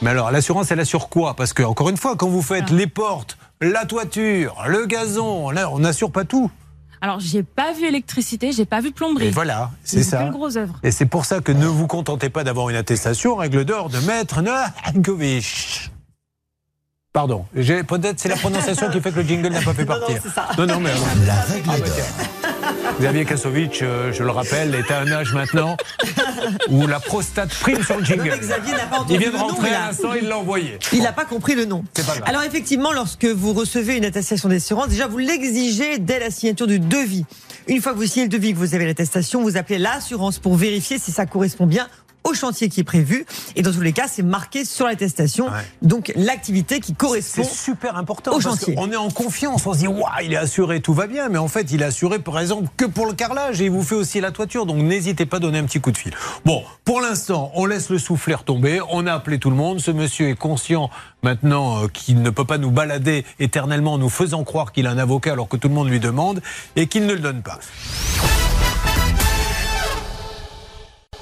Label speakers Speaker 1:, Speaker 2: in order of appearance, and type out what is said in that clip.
Speaker 1: Mais alors, l'assurance, elle assure quoi Parce que, encore une fois, quand vous faites
Speaker 2: Ah.
Speaker 3: Alors.
Speaker 1: les portes, la toiture, le gazon, là, on n'assure pas tout.
Speaker 3: Alors, j'ai pas vu électricité, j'ai pas vu plomberie.
Speaker 1: Et voilà, c'est
Speaker 3: J'ai vu
Speaker 1: ça.
Speaker 3: que le gros œuvre.
Speaker 1: Et c'est pour ça que ne vous contentez pas d'avoir une attestation, règle d'or de maître Novakovic. Pardon, j'ai- peut-être c'est la prononciation qui fait que le jingle n'a pas fait
Speaker 2: Non, non,
Speaker 1: partir.
Speaker 2: c'est ça.
Speaker 1: Non, non, mais alors,
Speaker 4: La règle
Speaker 1: Ah, bah,
Speaker 4: d'or.
Speaker 1: Xavier Kassovitch, euh, je le rappelle, est à un âge maintenant où la prostate prime sur le jingle.
Speaker 2: Xavier n'a pas entendu
Speaker 1: Il vient de
Speaker 2: le nom,
Speaker 1: rentrer
Speaker 2: il
Speaker 1: à
Speaker 2: a-
Speaker 1: l'instant, il l'a envoyé.
Speaker 2: Il n'a pas compris le nom.
Speaker 1: C'est pas grave.
Speaker 2: Alors effectivement, lorsque vous recevez une attestation d'assurance, déjà vous l'exigez dès la signature du devis. Une fois que vous signez le devis, que vous avez l'attestation, vous appelez l'assurance pour vérifier si ça correspond bien au chantier qui est prévu. Et dans tous les cas, c'est marqué sur l'attestation,
Speaker 1: Ouais.
Speaker 2: donc l'activité qui
Speaker 1: C'est
Speaker 2: correspond.
Speaker 1: super important
Speaker 2: au
Speaker 1: parce
Speaker 2: chantier.
Speaker 1: qu'on est en confiance, on se dit waouh, il est assuré, tout va bien, mais en fait, il est assuré par exemple que pour le carrelage et il vous fait aussi la toiture, donc n'hésitez pas à donner un petit coup de fil. Bon, pour l'instant, on laisse le souffleur tomber, on a appelé tout le monde, ce monsieur est conscient maintenant euh, qu'il ne peut pas nous balader éternellement en nous faisant croire qu'il a un avocat alors que tout le monde lui demande et qu'il ne le donne pas.